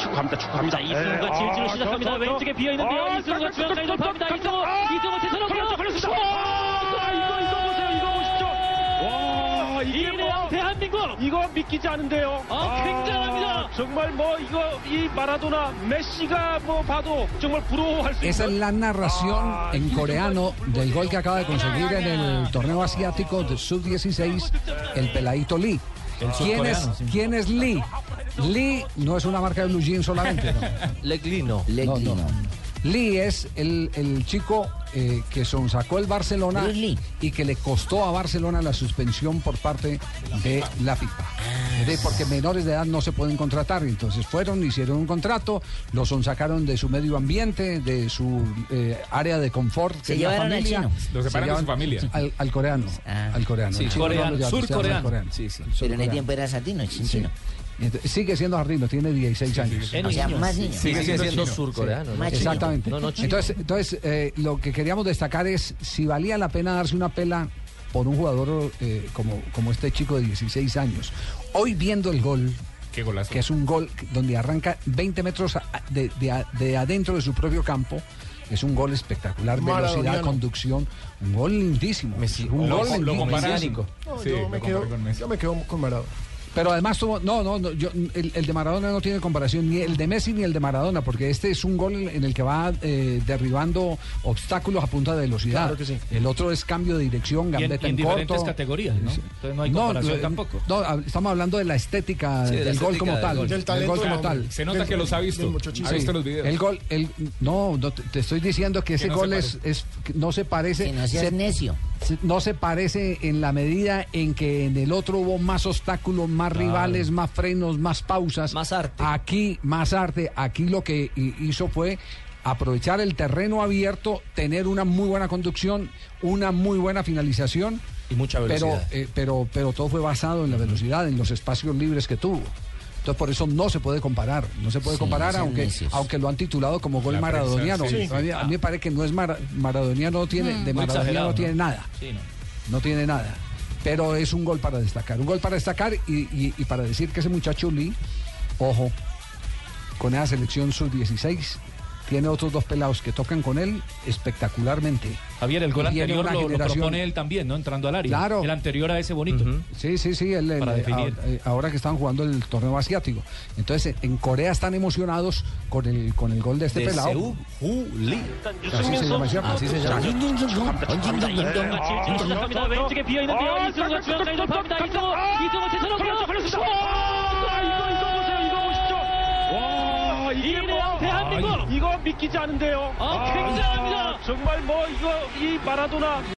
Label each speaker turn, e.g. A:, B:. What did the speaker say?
A: 축하합니다. 축하합니다.
B: 네. 아,
A: 이승우가 질주를 시작합니다. 왼쪽에 비어 있는데요. 이승우가 중앙 사이로 갑니다. 이승우, 이승우
B: 아,
A: 대선으로 걸렸습니다. 이거 이거 보세요. 이거 보십시오. 와, 이게 뭐 대한민국.
B: 이거 믿기지 않은데요.
A: 아, 굉장합니다.
B: 정말 뭐 이거 이 마라도나 메시가 뭐 봐도 정말 부러워할 수
C: Esa es
B: 있는
C: la narración en coreano del gol que acaba de conseguir en el torneo asiático de sub-16 el peladito Lee. ¿Quién es, ¿Quién es Lee? Lee no es una marca de blue jeans solamente. ¿no?
A: 레글리노.
C: No, no. Lee es el, el chico eh, que sonsacó el Barcelona y que le costó a Barcelona la suspensión por parte de la FIFA. De- porque menores de edad no se pueden contratar. Entonces fueron, hicieron un contrato, lo sonsacaron de su medio ambiente, de su eh, área de confort. que
D: Se
C: es la
D: llevaron al
C: familia.
D: chino.
E: Lo separan
C: Se
E: de su
C: llevan
E: familia.
C: Al, al coreano.
D: Ah.
C: Al coreano.
E: Sí,
C: El chino no lo
E: coreano,
C: llevan, se llama el
E: surcoreano.
C: coreano.
E: Sí, sí.
D: Pero en el
C: Surcoreano.
D: tiempo era sardino, chino.
C: Sí. Entonces, sigue siendo arrino, tiene 16 años.
D: O sea, más niño.
E: Sigue siendo, chino.
D: Sí. Más chino.
C: Exactamente.
A: No, no, chino.
C: entonces, entonces eh, lo que queríamos destacar es si valía la pena darse una pela por un jugador eh, como, como este chico de 16 años. Hoy viendo el gol,
E: Qué golazo.
C: que es un gol donde arranca 20 metros a- de, de a- de adentro de su propio campo, es un gol espectacular, velocidad, conducción, un gol lindísimo. un
E: Lo,
C: gol
E: lo,
C: lindísimo.
E: comparas. sí,
B: yo,
E: lo
B: me
E: comparas
B: quedo,
E: con Messi.
B: yo me quedo con Maradona.
C: Pero además tuvo, no, no, no, yo- el, el de Maradona no tiene comparación, ni el de Messi ni el de Maradona, porque este es un gol en el que va eh, derribando obstáculos a punta de velocidad.
B: Claro que sí.
C: El otro es cambio de dirección,
A: en-
C: gambeta
A: y en
C: en,
A: diferentes
C: corto.
A: categorías, ¿no? Entonces no hay comparación
C: eh,
A: tampoco.
C: no, hab- estamos hablando de la estética
D: Sí, de la
C: del gol
D: estética
C: como
D: del
C: tal,
D: gol.
B: Del
C: del
B: talento
C: gol como
B: del-
C: tal.
E: Se nota
B: Del-
E: que los ha visto.
B: del muchachito.
E: Ha visto los videos.
C: El gol, el, no, no, te, te estoy diciendo que ese
E: no se
C: gol es, es- que no se parece,
D: Que no seas
C: se-
D: necio.
C: se- no se parece en la medida en que en el otro hubo más obstáculos, más rivales, más frenos, más pausas.
A: Más arte.
C: Aquí, más arte. Aquí lo que hi- hizo fue aprovechar el terreno abierto, tener una muy buena conducción, una muy buena finalización.
A: Y mucha
C: Pero,
A: velocidad.
C: eh, pero, pero todo fue basado en la velocidad, en los espacios libres que tuvo. Entonces por eso no se puede comparar, no se puede
D: Sí,
C: comparar
D: son
C: aunque,
D: necios.
C: aunque lo han titulado como gol
E: La prensa,
C: maradoniano.
E: sí,
C: a, mí, a mí me parece que no es mara- maradoniano, no tiene, de
A: Mm. muy
C: maradoniano
A: exagerado,
C: no
A: ¿no?
C: tiene nada,
A: Sí, no.
C: no tiene nada. Pero es un gol para destacar, un gol para destacar y, y- y para decir que ese muchacho Lee, ojo, con esa selección sub-16, tiene otros dos pelados que tocan con él espectacularmente.
A: Javier, el gol
C: Y viene
A: anterior
C: una
A: lo, lo
C: generación-
A: propone él también, ¿no? Entrando al área.
C: Claro.
A: El anterior a ese bonito.
C: Sí, sí, sí, el- el-
A: Para definir.
C: a- eh, ahora que están jugando el torneo asiático. Entonces, eh, en Corea están emocionados con el, con el gol de este pelado.
B: 일단
C: Así se llama,
B: 유승민
C: ¿cierto?
B: 아,
A: 인정과 질주를 시작합니다. 왼쪽에 비어 있는데요. 이승우가 중앙 사이로 갑니다. 이승우,
B: 아,
A: 이승우
B: 그렇죠,
A: 대선으로
B: 와, 이게 뭐
A: 대한민국!
B: 이거 믿기지 않은데요. 아,
A: 아, 굉장합니다.
B: 정말 뭐 이거 이 마라도나